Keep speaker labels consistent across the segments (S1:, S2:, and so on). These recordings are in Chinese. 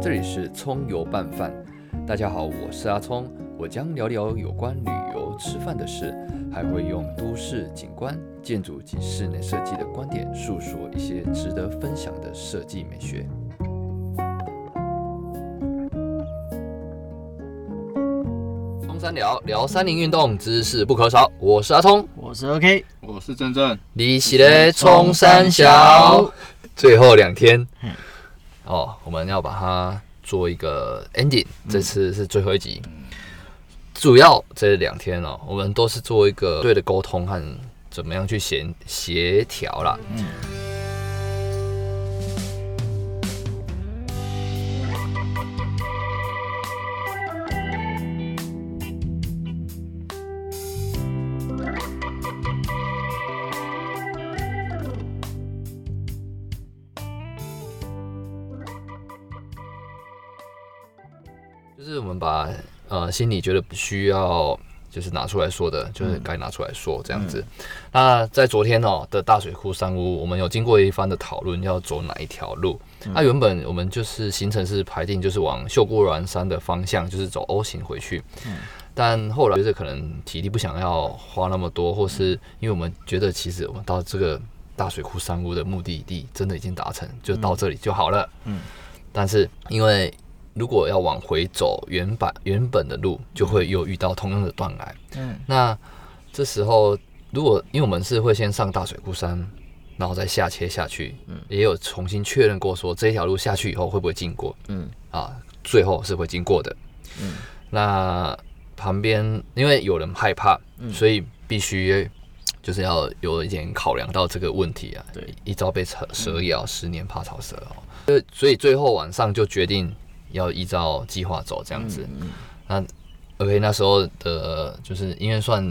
S1: 这里是葱油拌饭。大家好，我是阿葱，我将聊聊有关旅游、吃饭的事，还会用都市景观、建筑及室内设计的观点，诉说一些值得分享的设计美学。中山聊聊山林运动，知识不可少。我是阿聪，
S2: 我是 OK，
S3: 我是真正，
S1: 你是嘞冲山小。嗯最后两天，哦，我们要把它做一个 ending，这次是最后一集。主要这两天哦，我们都是做一个对的沟通和怎么样去协协调啦。
S2: 嗯
S1: 就是我们把呃心里觉得需要就是拿出来说的，就是该拿出来说这样子。那在昨天哦的大水库山屋，我们有经过一番的讨论，要走哪一条路。那、原本我们就是行程是排定就是往秀姑峦山的方向，就是走 O 型回去。但后来就是可能体力不想要花那么多，或是因为我们觉得其实我们到这个大水库山屋的目的地真的已经达成，就到这里就好了。嗯，但是因为如果要往回走原版原本的路，就会又遇到同样的断崖。
S2: 嗯，
S1: 那这时候如果因为我们是会先上大水库山，然后再下切下去，嗯，也有重新确认过说这一条路下去以后会不会经过，
S2: 嗯，
S1: 啊，最后是会经过的。嗯，那旁边因为有人害怕，所以必须。就是要有一点考量到这个问题啊，
S2: 对，
S1: 一朝被蛇蛇咬，十年怕草蛇哦。所以所以最后晚上就决定要依照计划走这样
S2: 嗯
S1: 子。那 OK，那时候的就是因为算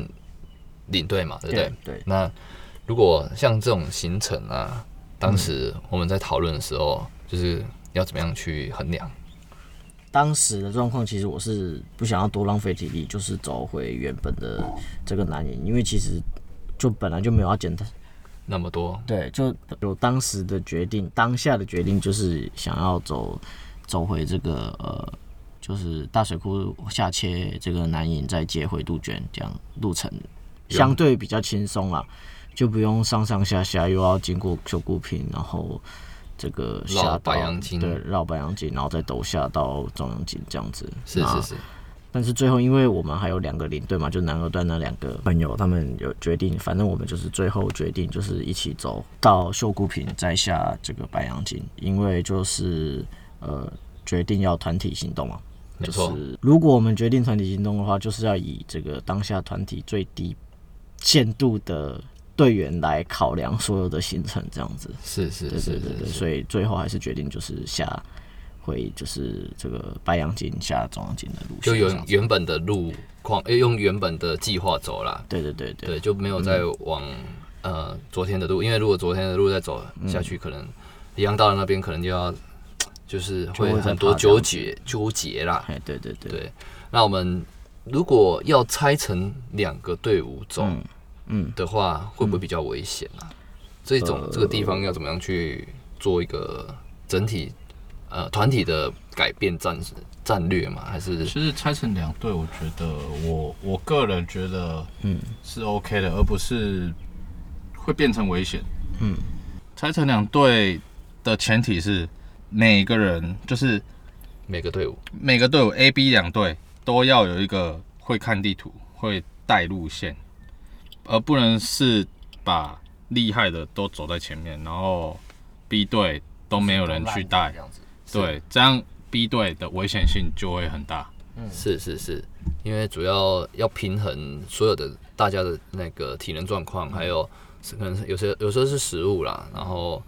S1: 领队嘛，对不对？
S2: 对，
S1: 那如果像这种行程啊，当时
S2: 嗯
S1: 我们在讨论的时候，就是要怎么样去衡量？
S2: 当时的状况其实我是不想要多浪费体力，就是走回原本的这个南营，因为其实就本来就没有要简单，
S1: 那么多，
S2: 对，就有当时的决定，当下的决定就是想要走走回这个呃，就是大水库下切这个南营，再接回杜鹃，这样路程相对比较轻松啦，就不用上上下下，又要经过九姑坪，然后这个
S1: 绕
S2: 下到
S1: 白杨径
S2: 对，绕白杨径，然后再陡下到中央径这样子。
S1: 是
S2: 那
S1: 是是，
S2: 但是最后，因为我们还有两个领队嘛，就南二段那两个朋友，他们有决定，反正我们就是最后决定，就是一起走到秀姑坪，再下这个白杨金，因为就是呃决定要团体行动嘛。
S1: 没
S2: 就
S1: 错，
S2: 是如果我们决定团体行动的话，就是要以这个当下团体最低限度的队员来考量所有的行程，这样子。
S1: 是是
S2: 对
S1: 是
S2: 对对
S1: 是
S2: 对，
S1: 是，
S2: 所以最后还是决定就是下回就是这个白杨金下中央金的路
S1: 就
S2: 线，这样
S1: 原
S2: 子
S1: 原本的路况，呃用原本的计划走啦，
S2: 对对对对，嗯
S1: 对，就没有再往、呃昨天的路，因为如果昨天的路再走下
S2: 嗯
S1: 去，可能一样到了那边，可能就要就是会
S2: 会再
S1: 很多
S2: 爬这样
S1: 纠
S2: 子
S1: 结纠结啦。
S2: 哎，对对对，
S1: 对，那我们如果要拆成两个队伍走
S2: 嗯嗯，呃
S1: 的话，会不会比较危险啊？这种这个地方要怎么样去做一个整体呃团体的改变战战略嘛？还是
S3: 其实拆成两队，我觉得我我个人觉得，嗯，是 OK 的，而不是会变成危险。嗯，拆成两队的前提是每个人，就是
S1: 每个队伍
S3: 每个队伍 A、B 两队都要有一个会看地图、会带路线，而不能是把厉害的都走在前面，然后 B 队都没有人去带
S1: 这。样子？
S3: 对，这样 B 队的危险性就会很大。
S1: 是是是，因为主要要平衡所有的大家的那个体能状况，还有是可能是有些有时候是食物啦，然后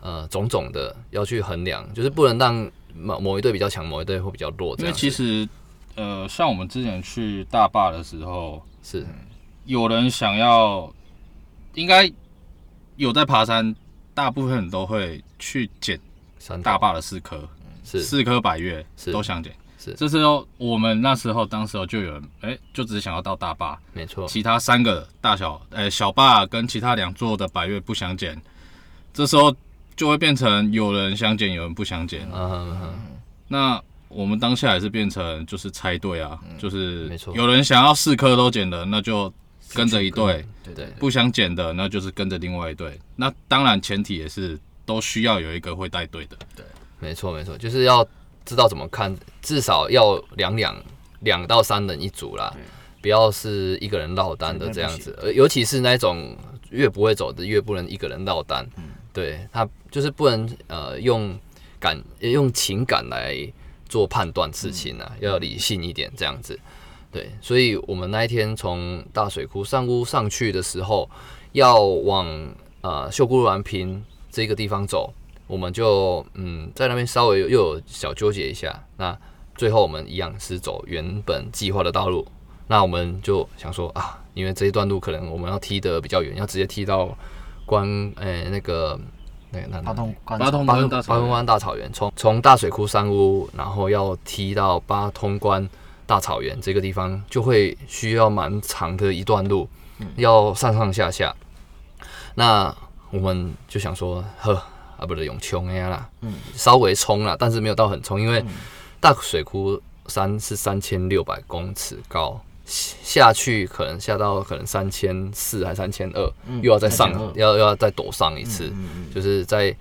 S1: 呃种种的要去衡量，就是不能让某某一队比较强，某一队会比较弱这
S3: 因
S1: 样
S3: 为
S1: 子。
S3: 其实，呃，像我们之前去大坝的时候，
S1: 是
S3: 有人想要，应该有在爬山，大部分人都会去捡
S1: 三
S3: 大
S1: 大
S3: 坝的四颗，
S1: 嗯是
S3: 四颗百月
S1: 是
S3: 都想捡。
S1: 是
S3: 这时候我们那时候当时候就有人，哎、就只想要到大坝，
S1: 没错，
S3: 其他三个大小，呃、小坝跟其他两座的百月不想捡，这时候就会变成有人想捡，有人不想捡。
S1: 嗯，嗯嗯
S3: 那我们当下也是变成就是猜对啊，就是
S1: 没错
S3: 有人想要四颗都捡的，那就跟着一队；
S1: 对对
S3: 不想捡的，那就是跟着另外一队。那当然前提也是都需要有一个会带队的，
S1: 没错没错，就是要知道怎么看，至少要两两两到三人一组啦，不要是一个人落单的这样子，呃，尤其是那种越不会走的越不能一个人落单，对他就是不能呃用感呃用情感来做判断事情啊，要理性一点这样子。对，所以我们那一天从大水库上屋上去的时候，要往呃秀姑峦坪这个地方走，我们就嗯在那边稍微又有小纠结一下。那最后我们一样是走原本计划的道路。那我们就想说啊，因为这一段路可能我们要踢得比较远，要直接踢到关诶、那个那个那
S2: 八通关
S3: 八通
S1: 八
S3: 关
S1: 通
S3: 大
S1: 八通
S3: 草原
S1: 关大草原，从从大水库山屋，然后要踢到八通关大草原这个地方，就会需要蛮长的一段路，要上上下下。那我们就想说，呵啊，不是永冲呀啦，稍微冲啦，但是没有到很冲，因为大水库山是三千六百公尺高。下去可能下到可能三千四还三千二，又要再上，
S2: 3200
S1: 要又要再陡上一
S2: 嗯
S1: 次，就是在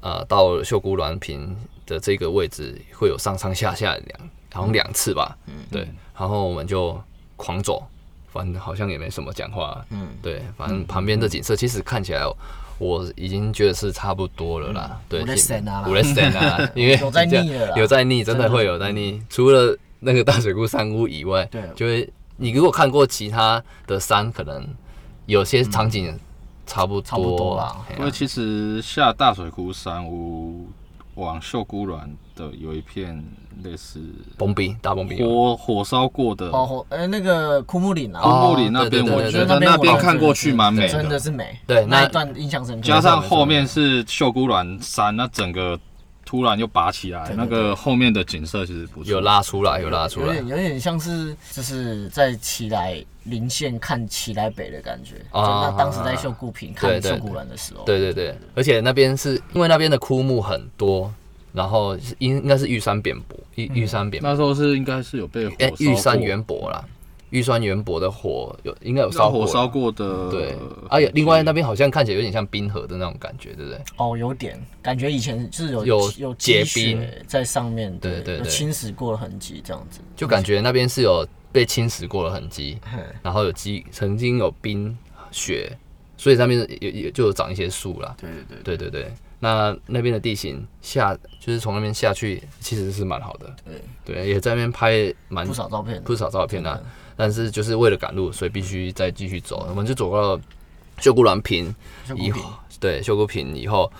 S1: 呃到秀姑峦坪的这个位置会有上上下下两，好像两次吧，
S2: 嗯
S1: 对，然后我们就狂走，反正好像也没什么讲话，嗯，对，反正旁边的景色其实看起来哦我已经觉得是差不多了啦，对，
S2: 有在闪啊啦
S1: 我在闪 啊，因为
S2: 有在腻了啦
S1: 有在腻，真的会有在腻，除了那个大水库山屋以外，
S2: 对
S1: 就会你如果看过其他的山，可能有些场景差不多，
S2: 嗯差不多啦
S1: 嘿啊
S3: 因为其实下大水库山屋往秀姑峦的有一片类似
S1: 崩冰大崩冰，
S3: 火火烧过的
S2: 包括呃那个枯木岭啊，
S1: 哦
S3: 乌布里那边，
S1: 对对对
S3: 我觉
S1: 对
S3: 得
S1: 对
S3: 那边看过去蛮美
S2: 真
S3: 的
S2: 的。是美，
S1: 对
S2: 那
S1: 那
S2: 一段印象深刻。
S3: 加上后面是秀姑峦山，那整个突然又拔起来，那个后面的景色其实不错。
S1: 有拉出来，有拉出
S2: 有
S1: 来
S2: 点，有点像是就是在奇来林县看奇来北的感觉，就
S1: 啊
S2: 那当时在秀姑坪看
S1: 对对
S2: 秀姑峦的时候，
S1: 对对对，而且那边是因为那边的枯木很多，然后是应应该是玉山扁柏，玉玉山扁柏，
S3: 那时候是应该是有嗯被火
S1: 哎
S3: 烧，
S1: 玉山
S3: 过
S1: 圆柏啦，玉山圆柏的火有应该有
S3: 那
S1: 烧
S3: 火
S1: 过，
S3: 烧过呃的。啊
S1: 对，哎而且另外那边好像看起来有点像冰河的那种感觉，对不对？
S2: 哦，有点感觉以前就是有
S1: 有
S2: 有
S1: 结
S2: 积雪
S1: 冰
S2: 在上面，
S1: 对对
S2: 有
S1: 对
S2: 侵蚀过的痕迹这样子，
S1: 就感觉那边是有被侵蚀过的痕迹，然后有积曾经有冰雪，所以那边也也就有长一些树啦。
S2: 对对对，
S1: 对对对，那那边的地形下就是从那边下去，其实是蛮好的。对，也在那边拍蛮
S2: 不少照片，
S1: 不少照片啊，但是就是为了赶路，所以必须再继续走。我们就走到秀姑峦坪
S2: 秀姑
S1: 以
S2: 坪
S1: 后，对秀姑坪以后，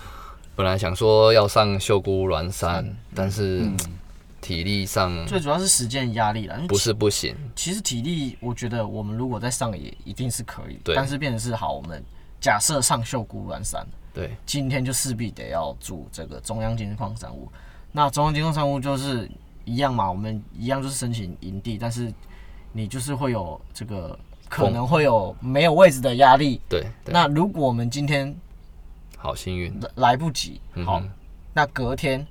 S1: 本来想说要上秀姑峦山，但是
S2: 嗯
S1: 体力上
S2: 最主要是时间压力啦，因为
S1: 不是不行。
S2: 其实体力，我觉得我们如果在上野一定是可以，
S1: 对
S2: 但是变成是好，我们假设上秀姑峦山，
S1: 对，
S2: 今天就势必得要住这个中央金矿山屋。那中央金矿山屋就是一样嘛，我们一样就是申请营地，但是你就是会有这个可能会有没有位置的压力。
S1: 对，对，
S2: 那如果我们今天
S1: 好幸运，
S2: 来来不及，
S1: 嗯
S2: 好，那隔天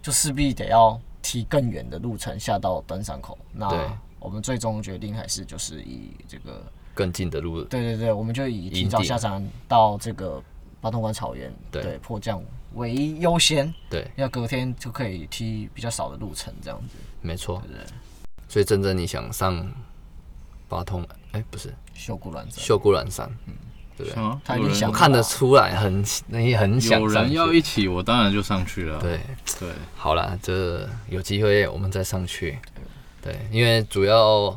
S2: 就势必得要提更远的路程下到登山口。那
S1: 对
S2: 我们最终决定还是就是以这个，
S1: 更近的路，
S2: 对对对，我们就以提
S1: 营
S2: 早
S1: 地
S2: 下山到这个八通关草原，
S1: 对
S2: 迫降为优先，
S1: 对，
S2: 要隔天就可以踢比较少的路程这样子。
S1: 没错。所以真正你想上八通，哎、不是
S2: 秀姑峦山，
S1: 秀姑峦山，对不对？
S3: 啊，
S2: 他一
S3: 有
S2: 定想
S3: 人
S1: 我看得出来很，你很想
S3: 有
S1: 上
S3: 人
S1: 去
S3: 要一起，我当然就上去了。
S1: 对，
S3: 对，
S1: 好啦，这有机会我们再上去。对，因为主要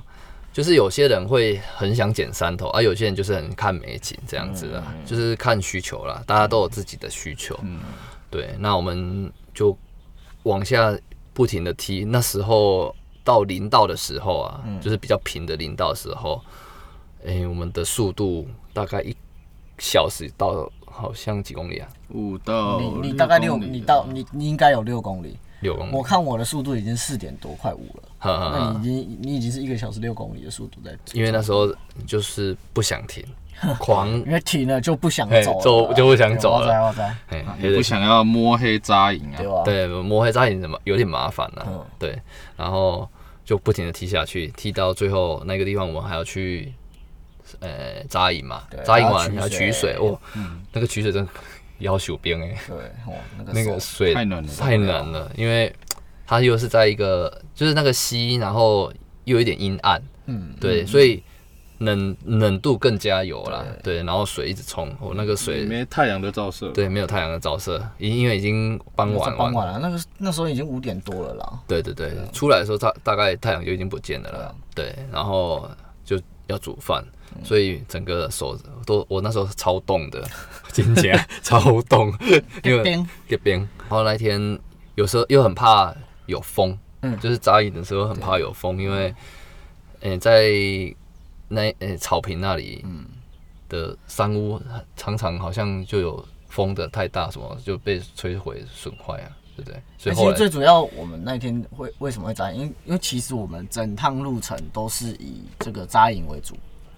S1: 就是有些人会很想捡山头，啊，有些人就是很看美景这样子啦，就是看需求啦，大家都有自己的需求。嗯，对，那我们就往下不停的踢。那时候到林道的时候啊，就是比较平的林道的时候，诶，我们的速度大概一小时到好像几公里啊？
S3: 五到
S2: 你你
S3: 六
S2: 大概六，
S3: 公里
S1: 啊
S2: 你到你你应该有六公里，
S1: 六公里
S2: 我，看我的速度已经四点多，快五了。
S1: 哈哈
S2: 那
S1: 哈
S2: 你已经你已经是一个小时六公里的速度在
S1: 啊
S2: 走，
S1: 因为那时候就是不想 停，狂
S2: 因为停了就不想
S1: 哎
S2: 走了，
S1: 走就不想走了
S2: 对哇塞哇塞，
S1: 哎，有
S3: 也不
S1: 点
S3: 想要摸黑扎营啊
S2: 对。吧？
S1: 对摸黑扎营怎么有点麻烦了、
S2: 嗯
S1: 对，然后就不停的踢下去，踢到最后那个地方，我们还要去呃扎营嘛
S2: 对，
S1: 扎营
S2: 还
S1: 完
S2: 要
S1: 还要
S2: 取
S1: 取水
S2: 水嗯
S1: 哦，那个取水真的 要求边哎，
S2: 对，哦，那个
S1: 那
S2: 手
S1: 个水
S3: 太冷了
S1: 太冷了，因为它又是在一个就是那个溪，然后又有一点阴暗，
S2: 嗯，
S1: 对，所以冷冷度更加油啦，对，然后水一直冲，我、那个水
S3: 没太阳的照射，
S1: 对没有太阳的照射，因因为已经
S2: 那
S1: 傍
S2: 是
S1: 晚完
S2: 傍晚了，那个那时候已经五点多了啦。
S1: 对对对，出来的时候大大概太阳就已经不见了啦。对，啊嗯然后就要煮饭，所以整个手都我那时候超冻 的，今天超冻，因 为
S2: 冰
S1: 这边。然后那一天有时候又很怕有风，
S2: 嗯
S1: 就是扎营的时候很怕有风，因为诶、在那诶、草坪那里
S2: 嗯
S1: 的山屋常常好像就有风的太大，什么就被摧毁损坏啊，对不对？所以
S2: 哎其
S1: 后
S2: 实
S1: 来
S2: 最主要，我们那天会为什么会扎营？因为因为其实我们整趟路程都是以这个扎营为主。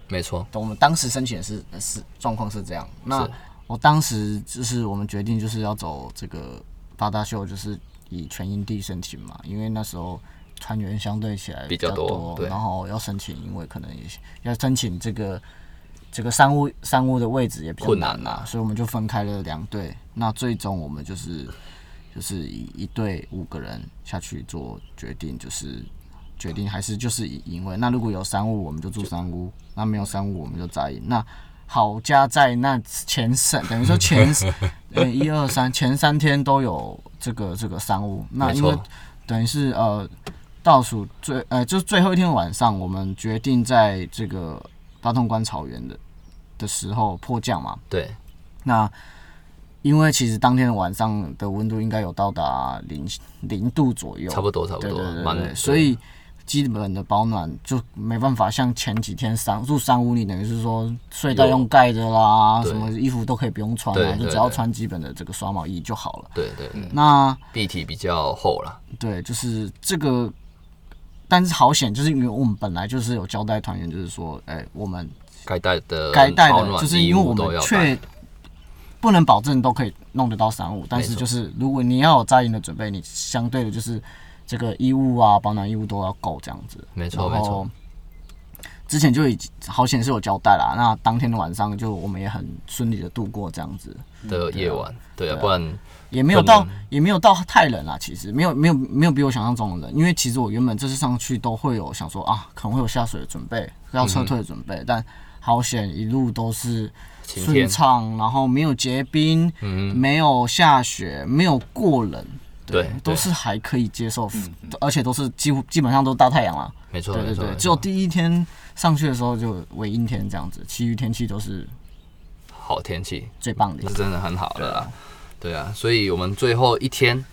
S1: 没错，
S2: 我们当时申请的是是状况是这样。那
S1: 是
S2: 我当时就是我们决定就是要走这个八大秀，就是以全营地申请嘛，因为那时候船员相对起来
S1: 比较
S2: 较
S1: 多对
S2: 然后要申请，因为可能也要申请这个这个商务商务的位置也比较
S1: 困
S2: 难
S1: 难
S2: 啦
S1: 啊，
S2: 所以我们就分开了两队。那最终我们就是就是以一队五个人下去做决定，就是决定还是就是以营为。那如果有三屋，我们就住三屋；那没有三屋，我们就扎营。那好家在那前三，等于说前 呃一二三前三天都有这个这个三屋。那
S1: 没
S2: 因为
S1: 错
S2: 等于是呃倒数最呃就是最后一天晚上，我们决定在这个八通关草原的的时候迫降嘛。
S1: 对。
S2: 那因为其实当天晚上的温度应该有到达零零度左右，
S1: 差不多，差不
S2: 对
S1: 多
S2: 对，对
S1: 蛮
S2: 对，
S1: 对
S2: 所以基本的保暖就没办法像前几天三住三屋，你等于是说睡袋
S1: 有
S2: 用盖的啦，
S1: 对
S2: 什么衣服都可以不用穿
S1: 对
S2: 啊，就
S1: 对
S2: 只要
S1: 对
S2: 穿基本的这个刷毛衣就好了。
S1: 对对对，
S2: 那
S1: 地体比较厚啦，
S2: 对，就是这个，但是好险，就是因为我们本来就是有交代团员，就是说，哎、我们
S1: 该带的
S2: 该带
S1: 嗯保
S2: 的，
S1: 暖
S2: 就是
S1: 衣
S2: 因为
S1: 物
S2: 我
S1: 都
S2: 们
S1: 要带
S2: 确不能保证都可以弄得到三五，但是就是如果你要有扎营的准备，你相对的就是这个衣物啊、保暖衣物都要够这样子。
S1: 没
S2: 然
S1: 错没
S2: 后
S1: 错，
S2: 之前就已经好险是有交代啦，那当天的晚上就我们也很顺利的度过这样子，
S1: 的夜
S2: 嗯
S1: 晚，对啊，不然
S2: 也没有到也没有到太冷啦，其实没有没有没有比我想象中的冷，因为其实我原本这次上去都会有想说啊，可能会有下水的准备，要撤退的准
S1: 嗯
S2: 备，但好险一路都是
S1: 晴
S2: 顺
S1: 天
S2: 畅，然后没有结冰，没有下雪，没有过冷，
S1: 嗯对嗯对
S2: 都是还可以接受，而且都是几乎基本上都是大太阳啦，
S1: 没错
S2: 对
S1: 没
S2: 对
S1: 错，
S2: 对
S1: 没，
S2: 只有
S1: 错
S2: 第一天上去的时候就为阴天这样子，其余天气都是
S1: 好天气
S2: 最棒的
S1: 是。真的很好的啦，对啊，所以我们最后一天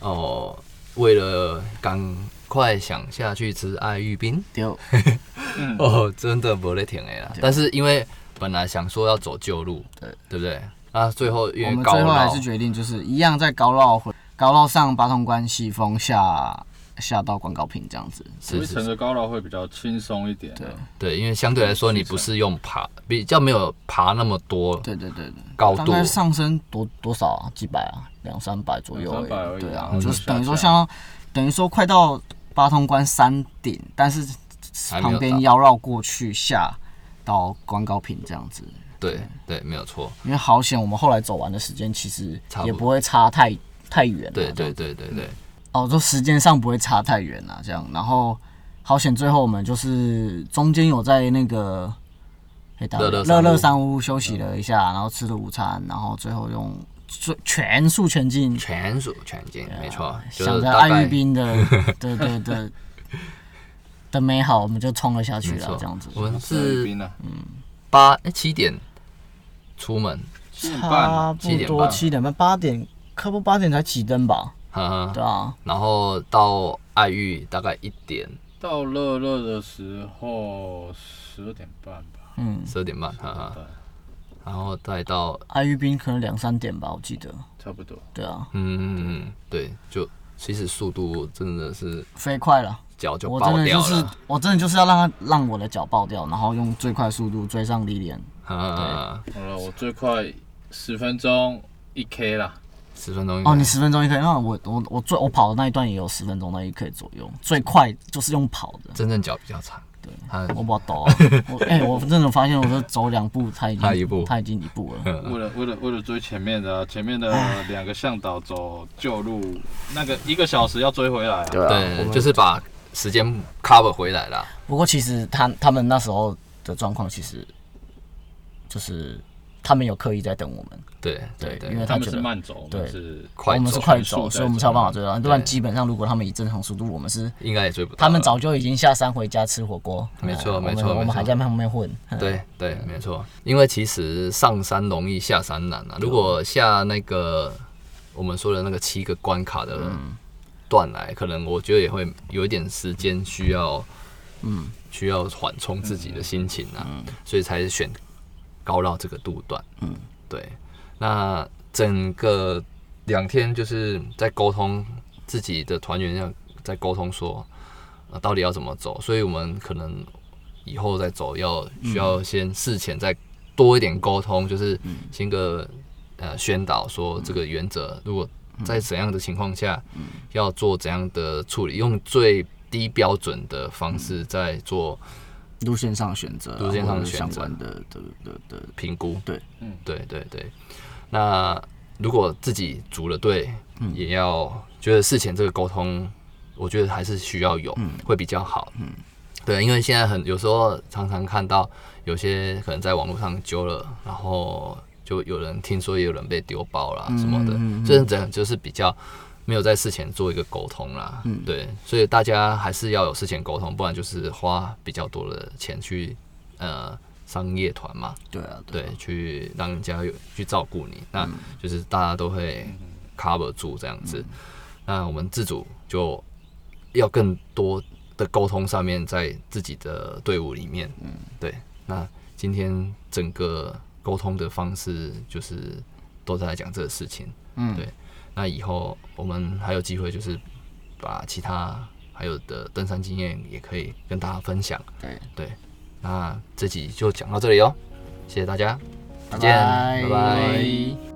S1: 哦，为了赶快想下去吃爱玉冰，
S2: 丢，嗯
S1: 哦，真的不累挺哎啦，但是因为本来想说要走旧路，
S2: 对
S1: 对不对？啊，最后因
S2: 我
S1: 为
S2: 们
S1: 高
S2: 最后还
S1: 绕
S2: 是决定就是一样在高绕回高绕上八通关西风下下到广告坪这样子。
S1: 是
S3: 一
S1: 是
S3: 层的高楼会比较轻松一点啊。
S1: 对，因为相对来说你不是用爬，比较没有爬那么多
S2: 对对对对，
S1: 高
S2: 大
S1: 度，
S2: 概上升多多少啊？几百啊？两三百左右
S3: 两三百而已
S2: 对啊
S3: 嗯，
S2: 就是等于说
S3: 下
S2: 像等于说快到八通关山顶，但是
S1: 还没有
S2: 旁边
S1: 到
S2: 腰绕过去下到广告坪这样子。
S1: 对对，没有错。
S2: 因为好险，我们后来走完的时间其实
S1: 差不
S2: 也
S1: 多
S2: 不会差太太远、啊。
S1: 对对对对对，
S2: 哦，就时间上不会差太远啊，这样。然后好险，最后我们就是中间有在那个诶打
S1: 乐乐山
S2: 乐
S1: 屋嗯
S2: 乐山屋休息了一下，然后吃了午餐，然后最后用最全速全进，
S1: 全属全进，没错，就
S2: 啊想
S1: 是
S2: 着
S1: 大
S2: 爱
S1: 概
S2: 玉 冰的对对对的美好，我们就冲了下去
S1: 没
S2: 了
S1: 错，，
S2: 啊这样子。
S1: 我们
S3: 是
S1: 是
S3: 冰啊，
S1: 八哎七点出门，
S3: 啊七点
S2: 差
S3: 半，
S1: 七
S2: 不
S1: 点
S2: 多
S1: 半
S2: 七点半八点，差不多八点才起灯吧？
S1: 哈哈，
S2: 对啊，
S1: 然后到爱玉大概一点
S3: 到乐乐的时候十二点半吧。
S2: 嗯，
S1: 十二点半，哈哈，
S3: 对，
S1: 然后再到
S2: 爱玉冰可能两三点吧，我记得。
S3: 差不多。
S2: 对啊，
S1: 嗯嗯嗯嗯，对，就其实速度真的是
S2: 飞快了。
S1: 脚就
S2: 我
S1: 爆
S2: 真的
S1: 掉
S2: 就
S1: 了。
S2: 是，我真的就是要让他让我的脚爆掉，然后用最快速度追上莉莲。
S1: 啊，
S3: 好了，我最快十分钟一 K 啦，
S1: 十分钟应该
S2: 哦，你十分钟一 K，那我我我最我跑的那一段也有十分钟到一 K 左右，最快就是用跑的。
S1: 真正脚比较长，对，他
S2: 我不抖、啊， 我哎、我真的发现，我这走两步，他已经
S1: 他一步嗯
S2: 他已经一步了。
S3: 为了为了为了追前面的啊、前面的两个向导走旧路，那个一个小时要追回来、啊。
S1: 对，就是把时间 cover 回来啦。
S2: 不过其实他他们那时候的状况，其实就是他们有刻意在等我们，
S1: 对对
S2: 因为
S1: 对，
S3: 他
S2: 他
S3: 们
S2: 觉
S3: 是
S2: 得
S3: 慢走，我们
S2: 对
S3: 是
S1: 快
S2: 我们
S1: 走
S2: 是快
S3: 速
S2: 走，
S3: 在
S2: 所以我们
S3: 走
S2: 才有办法追到。不然
S1: 对
S2: 基本上，如果他们以正常速度，我们是
S1: 应该也追不到了。
S2: 他们早就已经下山回家吃火锅。
S1: 没错
S2: 哎我们
S1: 没错
S2: 我
S1: 没
S2: 们
S1: 错
S2: 还在旁边混。嗯，
S1: 对对，没错，因为其实上山容易下山难啊。如果下那个我们说的那个七个关卡的段来，可能我觉得也会有一点时间需要，嗯，需要缓冲自己的心情啊，所以才选高绕这个路段。嗯，对。那整个两天就是在沟通自己的团员要在沟通说，呃，到底要怎么走，所以我们可能以后再走要需要先事前再多一点沟通，就是先个呃宣导说这个原则，如果在怎样的情况下要做怎样的处理，用最低标准的方式在做
S2: 路线上的选择啊，
S1: 路线上的选择
S2: 或者相关的的的的的
S1: 评估。
S2: 对，
S3: 嗯
S1: 对对对。那如果自己组了队，
S2: 嗯
S1: 也要觉得事前这个沟通，我觉得还是需要有，会比较好。嗯，对，因为现在很有时候常常看到有些可能在网络上揪了，然后就有人听说也有人被丢包啦什么的，
S2: 嗯嗯嗯
S1: 这这样就是比较。没有在事前做一个沟通啦，
S2: 嗯
S1: 对，所以大家还是要有事前沟通，不然就是花比较多的钱去呃商业团嘛，
S2: 对啊，对
S1: 对，去让人家有去照顾你，那就是大家都会 cover 住这样子。那我们自主就要更多的沟通上面，在自己的队伍里面，嗯，对。那今天整个沟通的方式就是都在讲这个事情，嗯，对。那以后我们还有机会，就是把其他还有的登山经验也可以跟大家分享，
S2: 对，
S1: 对。那这集就讲到这里哦。谢谢大家，再见，
S2: 拜
S1: 拜拜
S2: 拜